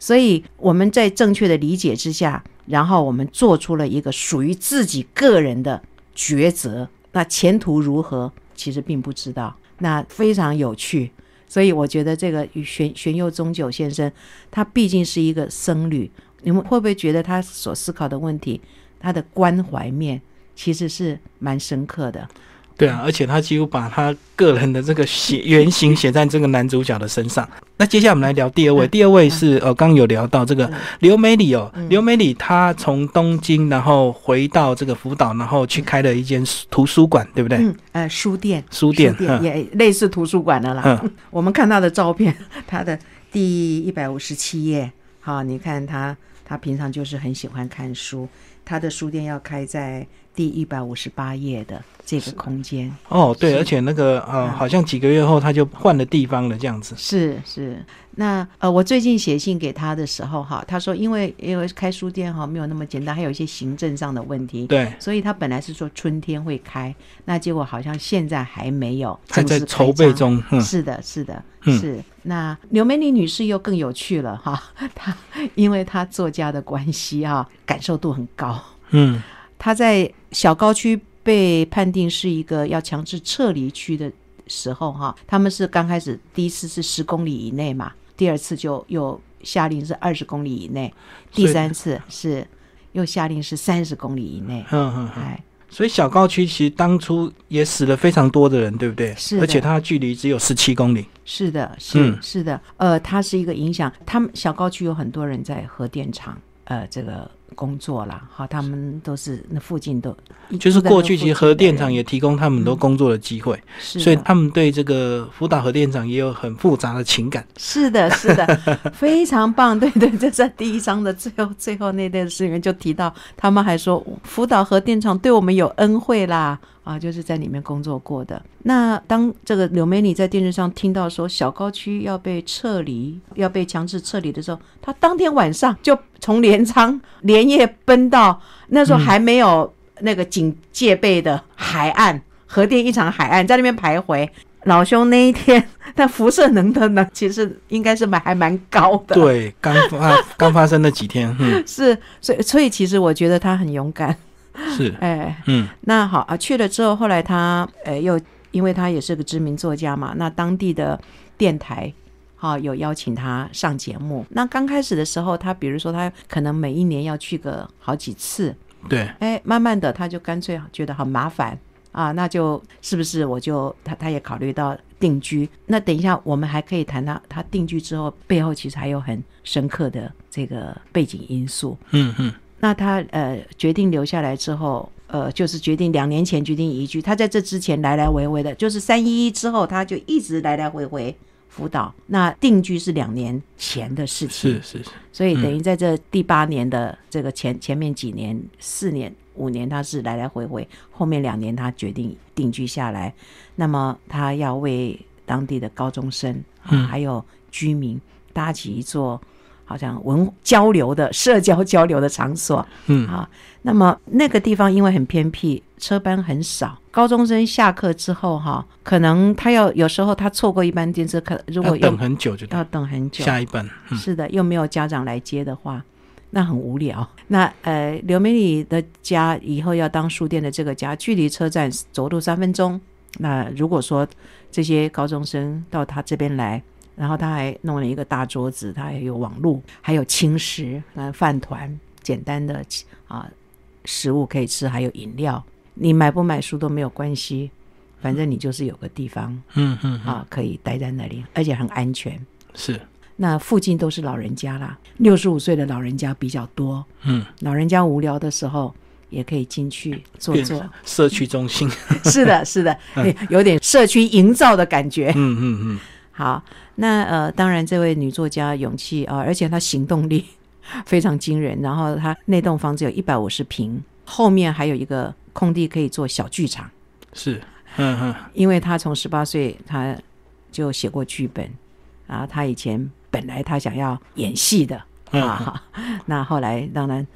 [SPEAKER 2] 所以我们在正确的理解之下，然后我们做出了一个属于自己个人的抉择。那前途如何，其实并不知道。那非常有趣。所以我觉得这个与玄玄佑宗九先生，他毕竟是一个僧侣，你们会不会觉得他所思考的问题，他的关怀面其实是蛮深刻的？
[SPEAKER 1] 对啊，而且他几乎把他个人的这个写原型写在这个男主角的身上。那接下来我们来聊第二位，
[SPEAKER 2] 嗯
[SPEAKER 1] 第二位是呃，刚刚有聊到这个刘美里哦，刘美里她从东京然后回到这个福岛，然后去开了一间书图书馆，对不对？
[SPEAKER 2] 嗯，呃，书店，
[SPEAKER 1] 书店嗯
[SPEAKER 2] 也类似图书馆的啦。
[SPEAKER 1] 嗯
[SPEAKER 2] 我们看他的照片，他的第一百五十七页，好，你看他，他平常就是很喜欢看书，他的书店要开在第一百五十八页的这个空间，
[SPEAKER 1] 哦，对，
[SPEAKER 2] 是
[SPEAKER 1] 而且那个呃，
[SPEAKER 2] 嗯
[SPEAKER 1] 好像几个月后他就换了地方了，这样子。
[SPEAKER 2] 是是。那呃，我最近写信给他的时候，哈，他说因为因为开书店哈没有那么简单，还有一些行政上的问题。
[SPEAKER 1] 对，
[SPEAKER 2] 所以他本来是说春天会开，那结果好像现在还没有，
[SPEAKER 1] 还在
[SPEAKER 2] 正式开
[SPEAKER 1] 筹备
[SPEAKER 2] 张
[SPEAKER 1] 中。嗯，
[SPEAKER 2] 是的，是的，
[SPEAKER 1] 嗯
[SPEAKER 2] 是。那刘美丽女士又更有趣了哈，她因为她作家的关系哈、感受度很高。
[SPEAKER 1] 嗯，
[SPEAKER 2] 她在小高区被判定是一个要强制撤离区的时候哈、他们是刚开始第一次是十公里以内嘛，第二次就又下令是二十公里以内，第
[SPEAKER 1] 所以
[SPEAKER 2] 三次是又下令是三十公里以内。
[SPEAKER 1] 嗯嗯嗯。
[SPEAKER 2] 哎，
[SPEAKER 1] 所以小高区其实当初也死了非常多的人，对不对？
[SPEAKER 2] 是的
[SPEAKER 1] 而且它的距离只有十七公里。
[SPEAKER 2] 是的，是、
[SPEAKER 1] 嗯
[SPEAKER 2] 是的，呃，它是一个影响。他们小高区有很多人在核电厂，呃，这个工作啦，好，他们都是那附近都，
[SPEAKER 1] 就是过去其实核电厂
[SPEAKER 2] 也，
[SPEAKER 1] 也提供他们很多工作的机会，
[SPEAKER 2] 嗯是
[SPEAKER 1] 所以
[SPEAKER 2] 的
[SPEAKER 1] 他们对这个福岛核电厂也有很复杂的情感。
[SPEAKER 2] 是的， 是的，非常棒。对对，这在第一章的最后最后那段诗里面就提到，他们还说福岛核电厂对我们有恩惠啦，啊，就是在里面工作过的。那当这个柳梅里在电视上听到说小高区要被撤离，要被强制撤离的时候，他当天晚上就从镰仓连夜奔到那时候还没有那个警戒备的海岸，核电一场海岸，在那边徘徊。老兄那一天，但辐射能的呢，其实应该是蛮还蛮高的。，
[SPEAKER 1] 对，刚发 刚发生那几天， 嗯，
[SPEAKER 2] 是，所以所以其实我觉得他很勇敢。
[SPEAKER 1] 是，
[SPEAKER 2] 哎，
[SPEAKER 1] 嗯
[SPEAKER 2] 那好啊，去了之后，后来他呃又因为他也是个知名作家嘛，那当地的电台。好、有邀请他上节目。那刚开始的时候，他比如说他可能每一年要去个好几次，
[SPEAKER 1] 对，
[SPEAKER 2] 哎，慢慢的他就干脆觉得很麻烦啊，那就是不是我就他他也考虑到定居。那等一下我们还可以谈他他定居之后背后其实还有很深刻的这个背景因素。
[SPEAKER 1] 嗯嗯，
[SPEAKER 2] 那他呃决定留下来之后，呃就是决定两年前决定移居。他在这之前来来回回的，就是三一一之后他就一直来来回回辅导。那定居是两年前的事情
[SPEAKER 1] 是，是是，
[SPEAKER 2] 所以等
[SPEAKER 1] 嗯
[SPEAKER 2] 于在这第八年的这个前前面几年，四年、五年，他是来来回回，后面两年他决定定居下来。那么他要为当地的高中生，
[SPEAKER 1] 嗯
[SPEAKER 2] 啊、还有居民搭起一座好像文交流的社交交流的场所。
[SPEAKER 1] 嗯
[SPEAKER 2] 啊，那么那个地方因为很偏僻，车班很少，高中生下课之后哈、可能他要有时候他错过一班电车，可如
[SPEAKER 1] 要
[SPEAKER 2] 果又
[SPEAKER 1] 等很久就到
[SPEAKER 2] 要等很久，
[SPEAKER 1] 下一班，嗯
[SPEAKER 2] 是的，又没有家长来接的话，那很无聊。那呃，刘美里的家以后要当书店的这个家，距离车站走路三分钟。那如果说这些高中生到他这边来，然后他还弄了一个大桌子，他还有网络，还有轻食，那饭团，简单的啊食物可以吃，还有饮料。你买不买书都没有关系，反正你就是有个地方
[SPEAKER 1] 嗯嗯，嗯
[SPEAKER 2] 啊可以待在那里，而且很安全。
[SPEAKER 1] 是，
[SPEAKER 2] 那附近都是老人家啦，六十五岁的老人家比较多。
[SPEAKER 1] 嗯，
[SPEAKER 2] 老人家无聊的时候也可以进去坐
[SPEAKER 1] 变嗯
[SPEAKER 2] 坐。
[SPEAKER 1] 社区中心，
[SPEAKER 2] 是的，是的，有点社区营造的感觉。
[SPEAKER 1] 嗯嗯嗯，
[SPEAKER 2] 好，那呃，当然这位女作家勇气啊、而且她行动力 非常惊人。然后她那栋房子有一百五十平，后面还有一个空地可以做小剧场。
[SPEAKER 1] 是，嗯嗯，
[SPEAKER 2] 因为他从十八岁他就写过剧本，啊，他以前本来他想要演戏的
[SPEAKER 1] 嗯
[SPEAKER 2] 啊， 那后来当然。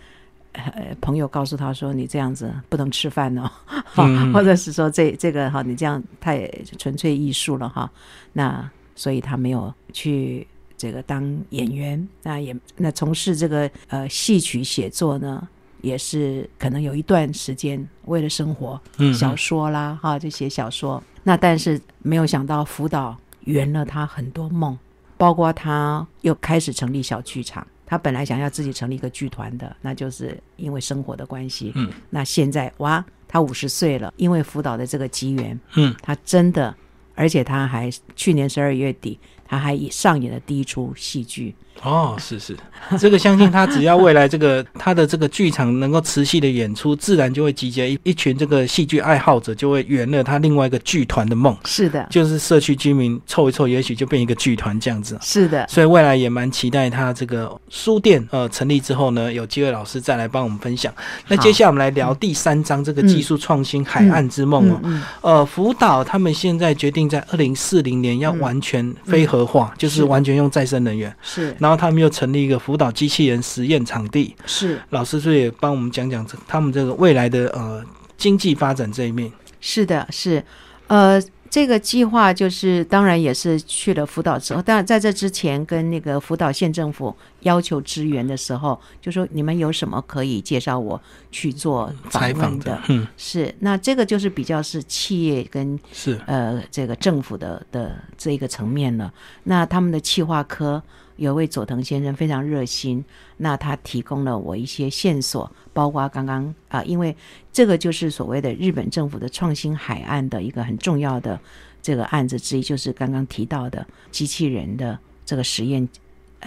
[SPEAKER 2] 呃，朋友告诉他说：“你这样子不能吃饭哦，
[SPEAKER 1] 嗯
[SPEAKER 2] 或者是说这这个哈，你这样太纯粹艺术了哈。”那所以他没有去这个当演员，那也那从事这个呃戏曲写作呢，也是可能有一段时间为了生活，
[SPEAKER 1] 嗯，
[SPEAKER 2] 小说啦，哈，就写小说。那但是没有想到辅导圆了他很多梦，包括他又开始成立小剧场。他本来想要自己成立一个剧团的，那就是因为生活的关系。
[SPEAKER 1] 嗯，
[SPEAKER 2] 那现在哇，他五十岁了，因为辅导的这个机缘，
[SPEAKER 1] 嗯，
[SPEAKER 2] 他真的，而且他还去年十二月底，他还上演了第一出戏剧，
[SPEAKER 1] 哦，是是，这个相信他只要未来这个 他的这个剧场能够持续的演出，自然就会集结一一群这个戏剧爱好者，就会圆了他另外一个剧团的梦，
[SPEAKER 2] 是的，
[SPEAKER 1] 就是社区居民凑一凑，也许就变一个剧团这样子。
[SPEAKER 2] 是的，
[SPEAKER 1] 所以未来也蛮期待他这个书店呃成立之后呢，有机会老师再来帮我们分享。那接下来我们来聊第三章这个技术创新海岸之梦哦。
[SPEAKER 2] 嗯，
[SPEAKER 1] 呃，福岛他们现在决定在二零四零年要完全非核化，就是
[SPEAKER 2] 嗯是
[SPEAKER 1] 完全用再生能源。
[SPEAKER 2] 是
[SPEAKER 1] 然后他们又成立一个福岛机器人实验场地。
[SPEAKER 2] 是。
[SPEAKER 1] 老师是不是也帮我们讲讲这他们这个未来的呃经济发展这一面？
[SPEAKER 2] 是的，是，呃，这个计划就是当然也是去了辅导之后，当然在这之前跟那个辅导县政府要求支援的时候，就说你们有什么可以介绍我去做
[SPEAKER 1] 采访
[SPEAKER 2] 问
[SPEAKER 1] 的
[SPEAKER 2] 的？，
[SPEAKER 1] 嗯，
[SPEAKER 2] 是，那这个就是比较是企业跟
[SPEAKER 1] 是，
[SPEAKER 2] 呃这个政府的的这一个层面了。那他们的企划科有位佐藤先生非常热心，那他提供了我一些线索，包括刚刚啊、因为这个就是所谓的日本政府的创新海岸的一个很重要的这个案子之一，就是刚刚提到的机器人的这个实验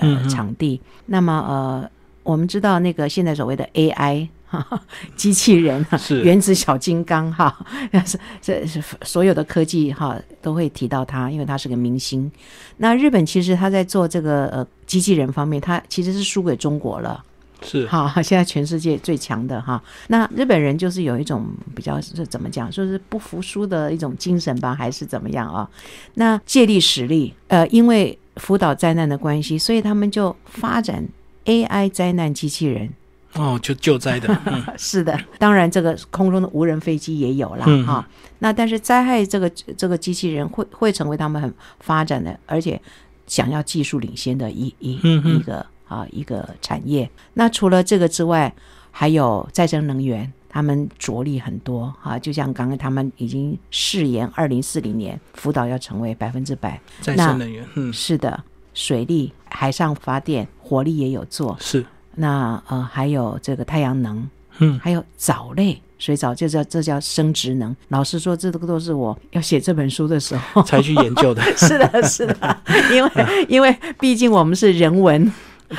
[SPEAKER 1] 嗯
[SPEAKER 2] 呃
[SPEAKER 1] 嗯
[SPEAKER 2] 场地。那么呃。我们知道那个现在所谓的 AI 哈哈 机器人哈
[SPEAKER 1] 是
[SPEAKER 2] 原子小金刚哈， 那是这是所有的科技哈都会提到它，因为它是个明星。那日本其实它在做这个呃机器人方面，它其实是输给中国了。
[SPEAKER 1] 是
[SPEAKER 2] 好， 现在全世界最强的哈。那日本人就是有一种比较是怎么讲，就是不服输的一种精神吧，还是怎么样啊？那借力使力，呃，因为福岛灾难的关系，所以他们就发展 AI 灾难机器人。
[SPEAKER 1] 哦，就救灾的， 嗯
[SPEAKER 2] 是的，当然这个空中的无人飞机也有啦哈、
[SPEAKER 1] 嗯
[SPEAKER 2] 那但是灾害这个这个机器人会会成为他们很发展的，而且想要技术领先的一一、
[SPEAKER 1] 嗯嗯
[SPEAKER 2] 一个啊一个产业。那除了这个之外，还有再生能源。他们着力很多啊，就像刚刚他们已经誓言，二零四零年福岛要成为百分之百。
[SPEAKER 1] 再生能源，嗯，
[SPEAKER 2] 是的，水力、海上发电、火力也有做，
[SPEAKER 1] 是，
[SPEAKER 2] 那呃还有这个太阳能，
[SPEAKER 1] 嗯，。
[SPEAKER 2] 还有藻类，水藻就叫这叫生殖能。老实说，这个都是我要写这本书的时候
[SPEAKER 1] 才去研 究的，
[SPEAKER 2] 是的，是的，因为因为毕竟我们是人文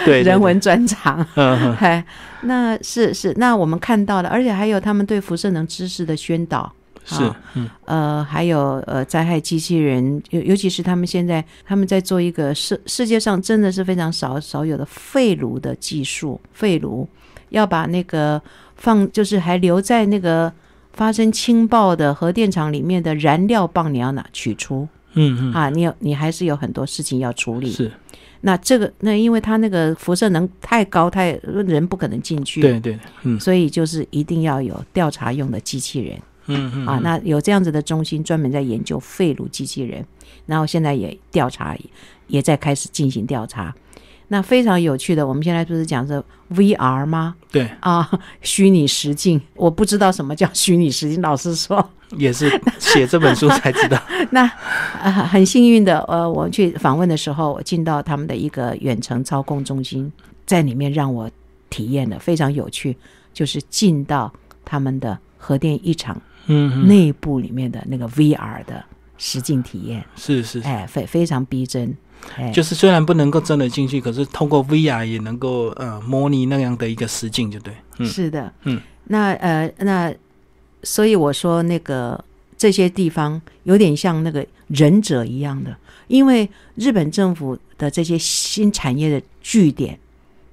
[SPEAKER 1] 对，对
[SPEAKER 2] 人，文专长，
[SPEAKER 1] 对嗯嗯，
[SPEAKER 2] 哎，那是是，那我们看到了，而且还有他们对辐射能知识的宣导，
[SPEAKER 1] 是，嗯，
[SPEAKER 2] 呃，还有呃灾害机器人，尤尤其是他们现在他们在做一个世世界上真的是非常少少有的废炉的技术，废炉要把那个放就是还留在那个发生氢爆的核电厂里面的燃料棒，你要拿取出、
[SPEAKER 1] 嗯
[SPEAKER 2] 啊，你有你还是有很多事情要处
[SPEAKER 1] 嗯，
[SPEAKER 2] 理。
[SPEAKER 1] 是，
[SPEAKER 2] 那这个那因为它那个辐射能太高，太人不可能进去，
[SPEAKER 1] 对对，嗯
[SPEAKER 2] 所以就是一定要有调查用的机器人。
[SPEAKER 1] 嗯嗯，
[SPEAKER 2] 啊，那有这样子的中心专门在研究肺炉机器人，然后现在也调查，也在开始进行调查。那非常有趣的，我们现在不是讲是 VR 吗？
[SPEAKER 1] 对，
[SPEAKER 2] 啊，虚拟实境，我不知道什么叫虚拟实境，老实说，
[SPEAKER 1] 也是写这本书才知 道，
[SPEAKER 2] 那、呃、很幸运的，呃，我去访问的时候，我进到他们的一个远程操控中心，在里面让我体验了非常有趣，就是进到他们的核电一厂
[SPEAKER 1] 嗯嗯，
[SPEAKER 2] 内部里面的那个 VR 的实境体验，
[SPEAKER 1] 是是，
[SPEAKER 2] 哎，非非常逼真，哎，
[SPEAKER 1] 就是虽然不能够真的进去，可是透过 VR 也能够呃模拟那样的一个实境，就对，嗯
[SPEAKER 2] 是的，
[SPEAKER 1] 嗯，
[SPEAKER 2] 那呃，那所以我说那个这些地方有点像那个忍者一样的，因为日本政府的这些新产业的据点，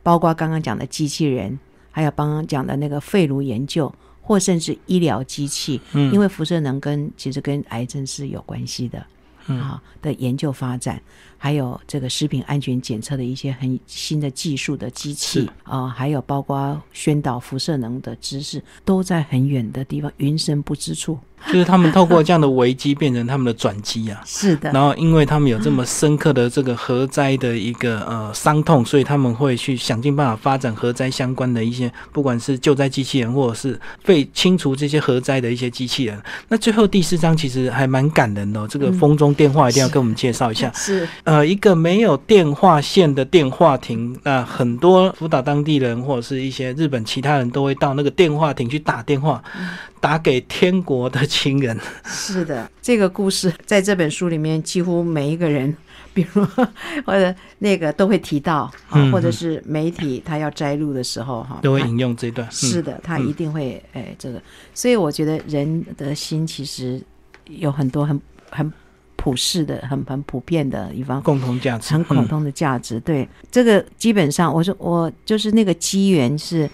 [SPEAKER 2] 包括刚刚讲的机器人，还有刚刚讲的那个肺炉研究，或甚至医疗机器，
[SPEAKER 1] 嗯
[SPEAKER 2] 因为辐射能跟其实跟癌症是有关系的。
[SPEAKER 1] 嗯
[SPEAKER 2] 啊的研究发展，还有这个食品安全检测的一些很新的技术的机器
[SPEAKER 1] 是，
[SPEAKER 2] 啊，还有包括宣导辐射能的知识，都在很远的地方，云深不知处。
[SPEAKER 1] 就是他们透 过这样的危机变成他们的转机啊。
[SPEAKER 2] 是的，
[SPEAKER 1] 然后，因为他们有这么深刻的这个核灾的一个呃伤痛，所以他们会去想尽办法发展核灾相关的一些，不管是救灾机器人，或者是废清除这些核灾的一些机器人。那最后第四章其实还蛮感人的、哦，这个
[SPEAKER 2] 嗯
[SPEAKER 1] 风中电话一定要
[SPEAKER 2] 是
[SPEAKER 1] 跟我们介绍一下。
[SPEAKER 2] 是
[SPEAKER 1] 呃，一个没有电话线的电话亭，那很多福岛当地人或者是一些日本其他人都会到那个电话亭去打电话，
[SPEAKER 2] 嗯
[SPEAKER 1] 打给天国的亲人。
[SPEAKER 2] 是的，这个故事在这本书里面，几乎每一个人， 比如或者那个都会提到啊
[SPEAKER 1] 嗯，
[SPEAKER 2] 或者是媒体他要摘录的时候哈，
[SPEAKER 1] 都会
[SPEAKER 2] 他
[SPEAKER 1] 引用这段。嗯
[SPEAKER 2] 是，的，他一定会哎、这个，所以我觉得人的心其实有很多很很普世的、很很普遍的一方，
[SPEAKER 1] 共同价值。
[SPEAKER 2] 很共
[SPEAKER 1] 嗯
[SPEAKER 2] 通的价值。对这个，基本上我说我就是那个机缘是。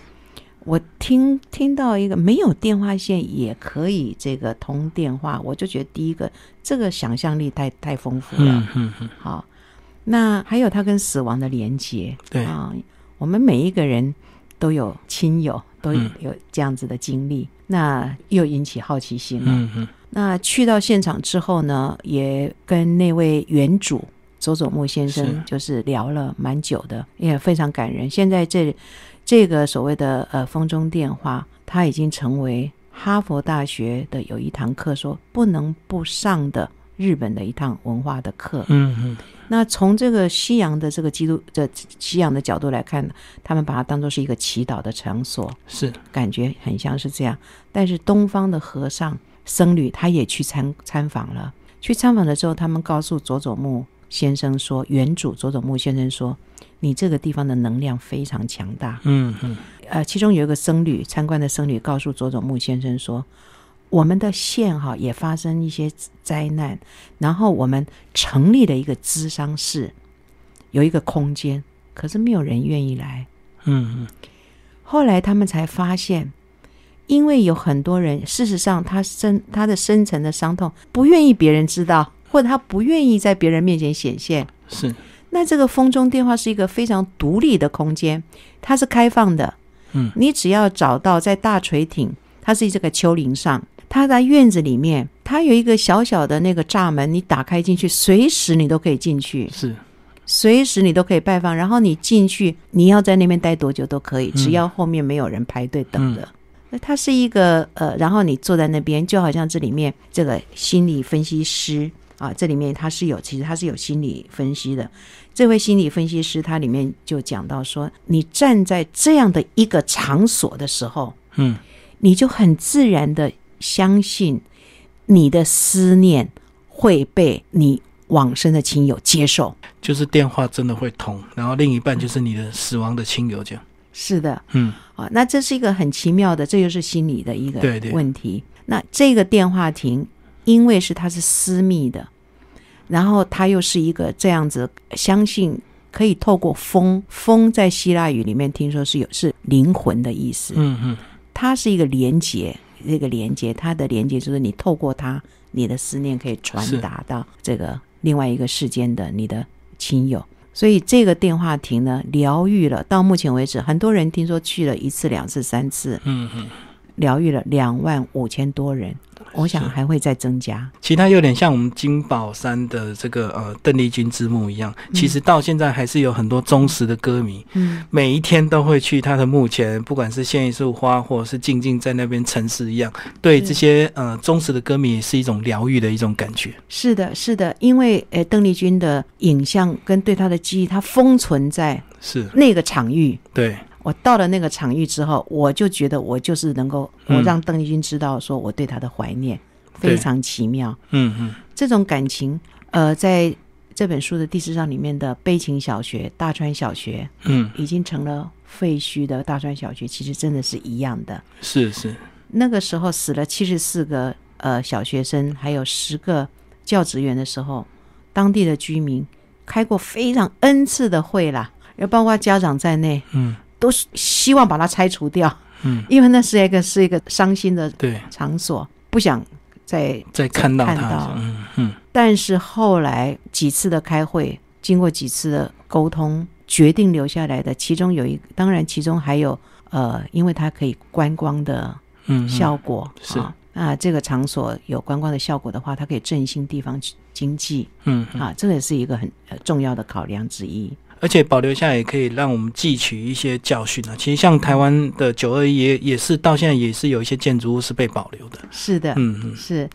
[SPEAKER 2] 我听听到一个没有电话线也可以这个通电话，我就觉得第一个这个想象力太太丰富了。
[SPEAKER 1] 嗯嗯嗯，
[SPEAKER 2] 好，那还有它跟死亡的连接，
[SPEAKER 1] 对
[SPEAKER 2] 啊、我们每一个人都有亲友，都有
[SPEAKER 1] 嗯
[SPEAKER 2] 有这样子的经历，那又引起好奇心了。
[SPEAKER 1] 嗯嗯，
[SPEAKER 2] 那去到现场之后呢，也跟那位原主佐佐木先
[SPEAKER 1] 是
[SPEAKER 2] 生就是聊了蛮久的，也非常感人。现在这这个所谓的呃风中电话，它已经成为哈佛大学的有一堂课说不能不上的日本的一堂文化的课。
[SPEAKER 1] 嗯嗯，
[SPEAKER 2] 那从这个西洋的这个基督的西洋的角度来看，他们把它当做是一个祈祷的场所，
[SPEAKER 1] 是，
[SPEAKER 2] 感觉很像是这样。但是东方的和尚僧侣他也去参参访了，去参访的时候，他们告诉佐佐木先生说，原主佐佐木先生说，你这个地方的能量非常强大。
[SPEAKER 1] 嗯嗯
[SPEAKER 2] 呃，其中有一个僧侣参观的僧侣告诉佐佐木先生说，我们的县哈也发生一些灾难，然后我们成立了一个咨商室，有一个空间，可是没有人愿意来。
[SPEAKER 1] 嗯
[SPEAKER 2] 后来他们才发现，因为有很多人，事实上他深他的深层的伤痛不愿意别人知道，或者他不愿意在别人面前显现。
[SPEAKER 1] 嗯，是，
[SPEAKER 2] 那这个风中电话是一个非常独立的空间，它是开放的。
[SPEAKER 1] 嗯，
[SPEAKER 2] 你只要找到在大垂町，它是这个丘陵上，它在院子里面，它有一个小小的那个栅门，你打开进去，随时你都可以进去。
[SPEAKER 1] 是，
[SPEAKER 2] 随时你都可以拜访，然后你进去，你要在那边待多久都可以，
[SPEAKER 1] 嗯
[SPEAKER 2] 只要后面没有人排队等的。那它是一个呃，然后你坐在那边，就好像这里面这个心理分析师啊，这里面他是有，其实他是有心理分析的。这位心理分析师他里面就讲到说，你站在这样的一个场所的时候，
[SPEAKER 1] 嗯
[SPEAKER 2] 你就很自然的相信你的思念会被你往生的亲友接受。
[SPEAKER 1] 就是电话真的会通，然后另一半就是你的死亡的亲友这样。
[SPEAKER 2] 是的，
[SPEAKER 1] 嗯
[SPEAKER 2] 啊，那这是一个很奇妙的，这就是心理的一个
[SPEAKER 1] 对对
[SPEAKER 2] 问题。那这个电话亭，因为是它是私密的，然后它又是一个这样子，相信可以透过风，风在希腊语里面听说是有是灵魂的意思，
[SPEAKER 1] 嗯嗯，
[SPEAKER 2] 它是一个连接，这个连接，它的连接就是你透过它，你的思念可以传
[SPEAKER 1] 是
[SPEAKER 2] 达到这个另外一个世间的你的亲友。所以这个电话亭呢，疗愈了。到目前为止，很多人听说去了一次、两次、三次，
[SPEAKER 1] 嗯嗯，
[SPEAKER 2] 疗愈了两万五千多人。我想还会再增加。
[SPEAKER 1] 其他有点像我们金宝山的这个呃邓丽君之墓一样，其实到现在还是有很多忠实的歌迷，
[SPEAKER 2] 嗯，
[SPEAKER 1] 每一天都会去他的墓前，不管是献一束花，或者是静静在那边沉思一样，对
[SPEAKER 2] 是
[SPEAKER 1] 这些呃忠实的歌迷也是一种疗愈的一种感觉。
[SPEAKER 2] 是的，是的，因为呃，邓丽君的影像跟对她的记忆，它封存在
[SPEAKER 1] 是
[SPEAKER 2] 那个场域。
[SPEAKER 1] 对，
[SPEAKER 2] 我到了那个场域之后，我就觉得我就是能够，
[SPEAKER 1] 嗯
[SPEAKER 2] 我让邓丽君知道说我对她的怀念，
[SPEAKER 1] 对
[SPEAKER 2] 非常奇妙。
[SPEAKER 1] 嗯嗯
[SPEAKER 2] 这种感情，呃，在这本书的第四章里面的悲情小学、大川小学
[SPEAKER 1] 嗯，
[SPEAKER 2] 已经成了废墟的大川小学，其实真的是一样的。
[SPEAKER 1] 是是，
[SPEAKER 2] 那个时候死了七十四个呃小学生，还有十个教职员的时候，当地的居民开过非常 n 次的会啦，也包括家长在内，
[SPEAKER 1] 嗯，
[SPEAKER 2] 都是希望把它拆除掉，
[SPEAKER 1] 嗯，
[SPEAKER 2] 因为那是一个是一个伤心的
[SPEAKER 1] 对，
[SPEAKER 2] 场所，不想再。
[SPEAKER 1] 再看到
[SPEAKER 2] 看
[SPEAKER 1] 他
[SPEAKER 2] 到，
[SPEAKER 1] 嗯嗯
[SPEAKER 2] 但是后来几次的开会，经过几次的沟通，决定留下来的，其中有一，当然其中还有呃，因为它可以观光的
[SPEAKER 1] 嗯，嗯
[SPEAKER 2] 效果、
[SPEAKER 1] 是
[SPEAKER 2] 啊。那这个场所有观光的效果的话，它可以振兴地方经济
[SPEAKER 1] 嗯嗯，
[SPEAKER 2] 啊，这个也是一个很呃重要的考量之一。
[SPEAKER 1] 而且保留下来也可以让我们汲取一些教训啊。其实像台湾的九二一也也是到现在也是有一些建筑物是被保留的。
[SPEAKER 2] 是的，
[SPEAKER 1] 嗯嗯。
[SPEAKER 2] 是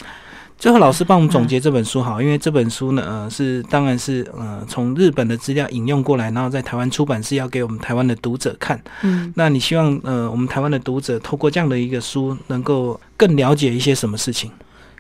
[SPEAKER 1] 最后，老师帮我们总结这本书
[SPEAKER 2] 嗯
[SPEAKER 1] 好，因为这本书呢，呃，是当然是呃从日本的资料引用过来，然后在台湾出版是要给我们台湾的读者看。
[SPEAKER 2] 嗯
[SPEAKER 1] 那你希望呃我们台湾的读者透过这样的一个书，能够更了解一些什么事情？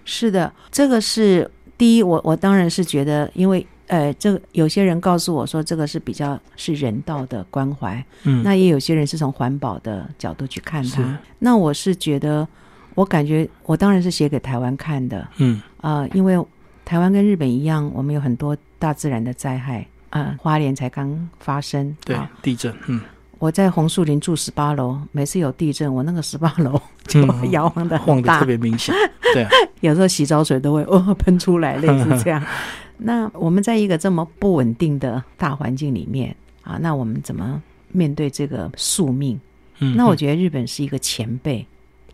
[SPEAKER 2] 是的，这个是第一，我我当然是觉得，因为呃，这个有些人告诉我说，这个是比较是人道的关怀，
[SPEAKER 1] 嗯，
[SPEAKER 2] 那也有些人是从环保的角度去看
[SPEAKER 1] 是
[SPEAKER 2] 它。那我是觉得，我感觉我当然是写给台湾看的，
[SPEAKER 1] 嗯
[SPEAKER 2] 啊，因为台湾跟日本一样，我们有很多大自然的灾害啊、花莲才刚发生。
[SPEAKER 1] 对
[SPEAKER 2] 啊，
[SPEAKER 1] 地震，嗯，
[SPEAKER 2] 我在红树林住十八楼，每次有地震，我那个十八楼就
[SPEAKER 1] 嗯
[SPEAKER 2] 摇晃的
[SPEAKER 1] 晃
[SPEAKER 2] 很
[SPEAKER 1] 的
[SPEAKER 2] 大，
[SPEAKER 1] 特别明显，对啊，
[SPEAKER 2] 有时候洗澡水都会 哦喷出来，类似这样。 那我们在一个这么不稳定的大环境里面啊，那我们怎么面对这个宿命？
[SPEAKER 1] 嗯，
[SPEAKER 2] 那
[SPEAKER 1] 嗯
[SPEAKER 2] 我觉得日本是一个前辈，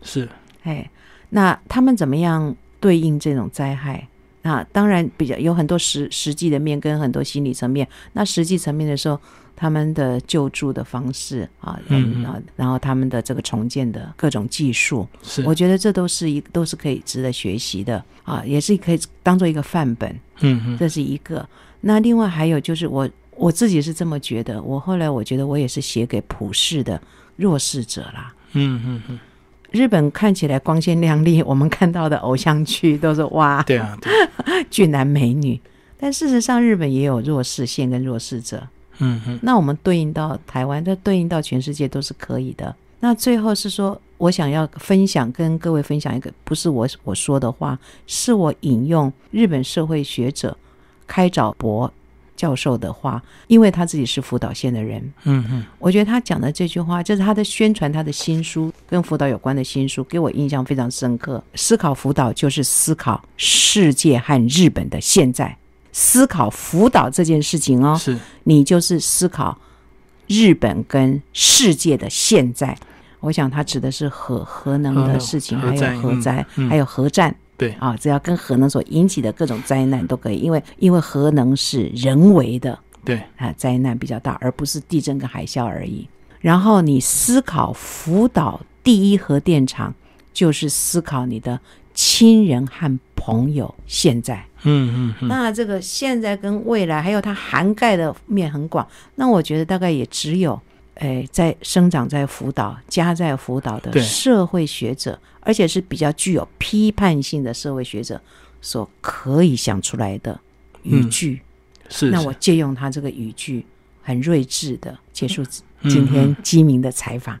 [SPEAKER 1] 是
[SPEAKER 2] 哎，那他们怎么样对应这种灾害？那当然比较有很多实实际的面跟很多心理层面。那实际层面的时候，他们的救助的方式啊，
[SPEAKER 1] 嗯嗯
[SPEAKER 2] 然后然后他们的这个重建的各种技术，
[SPEAKER 1] 是，
[SPEAKER 2] 我觉得这都是一都是可以值得学习的啊，也是可以当做一个范本。
[SPEAKER 1] 嗯嗯
[SPEAKER 2] 这是一个。那另外还有就是我我自己是这么觉得，我后来我觉得我也是写给普世的弱势者啦。
[SPEAKER 1] 嗯嗯嗯，
[SPEAKER 2] 日本看起来光鲜亮丽，我们看到的偶像剧都是哇
[SPEAKER 1] 对啊，对，
[SPEAKER 2] 俊男美女，但但事实上，日本也有弱势县跟弱势者。
[SPEAKER 1] 嗯嗯
[SPEAKER 2] 那我们对应到台湾，这对应到全世界都是可以的。那最后是说，我想要分享跟各位分享一个，不是我我说的话，是我引用日本社会学者开沼博教授的话，因为他自己是福岛县的人，
[SPEAKER 1] 嗯嗯
[SPEAKER 2] 我觉得他讲的这句话，就是他的宣传他的新书跟辅导有关的新书，给我印象非常深刻。思考辅导就是思考世界和日本的现在，思考辅导这件事情哦，
[SPEAKER 1] 是
[SPEAKER 2] 你就是思考日本跟世界的现在。我想他指的是核核能的事情，
[SPEAKER 1] 核
[SPEAKER 2] 还
[SPEAKER 1] 能
[SPEAKER 2] 有
[SPEAKER 1] 核嗯
[SPEAKER 2] 核
[SPEAKER 1] 灾
[SPEAKER 2] 灾，还有核战。
[SPEAKER 1] 对
[SPEAKER 2] 啊，只要跟核能所引起的各种灾难都可以，因为因为核能是人为的，
[SPEAKER 1] 对
[SPEAKER 2] 啊灾难比较大，而不是地震跟海啸而已。然后你思考福岛第一核电厂，就是思考你的亲人和朋友现在。
[SPEAKER 1] 嗯嗯嗯
[SPEAKER 2] 那这个现在跟未来，还有它涵盖的面很广。那我觉得大概也只有，哎，在生长在辅导、家在辅导的
[SPEAKER 1] 对
[SPEAKER 2] 社会学者，而且是比较具有批判性的社会学者所可以想出来的语
[SPEAKER 1] 嗯
[SPEAKER 2] 句。
[SPEAKER 1] 是。
[SPEAKER 2] 那
[SPEAKER 1] 是
[SPEAKER 2] 我借用他这个语句，很睿智的结束
[SPEAKER 1] 嗯
[SPEAKER 2] 今
[SPEAKER 1] 嗯
[SPEAKER 2] 天基民的采访。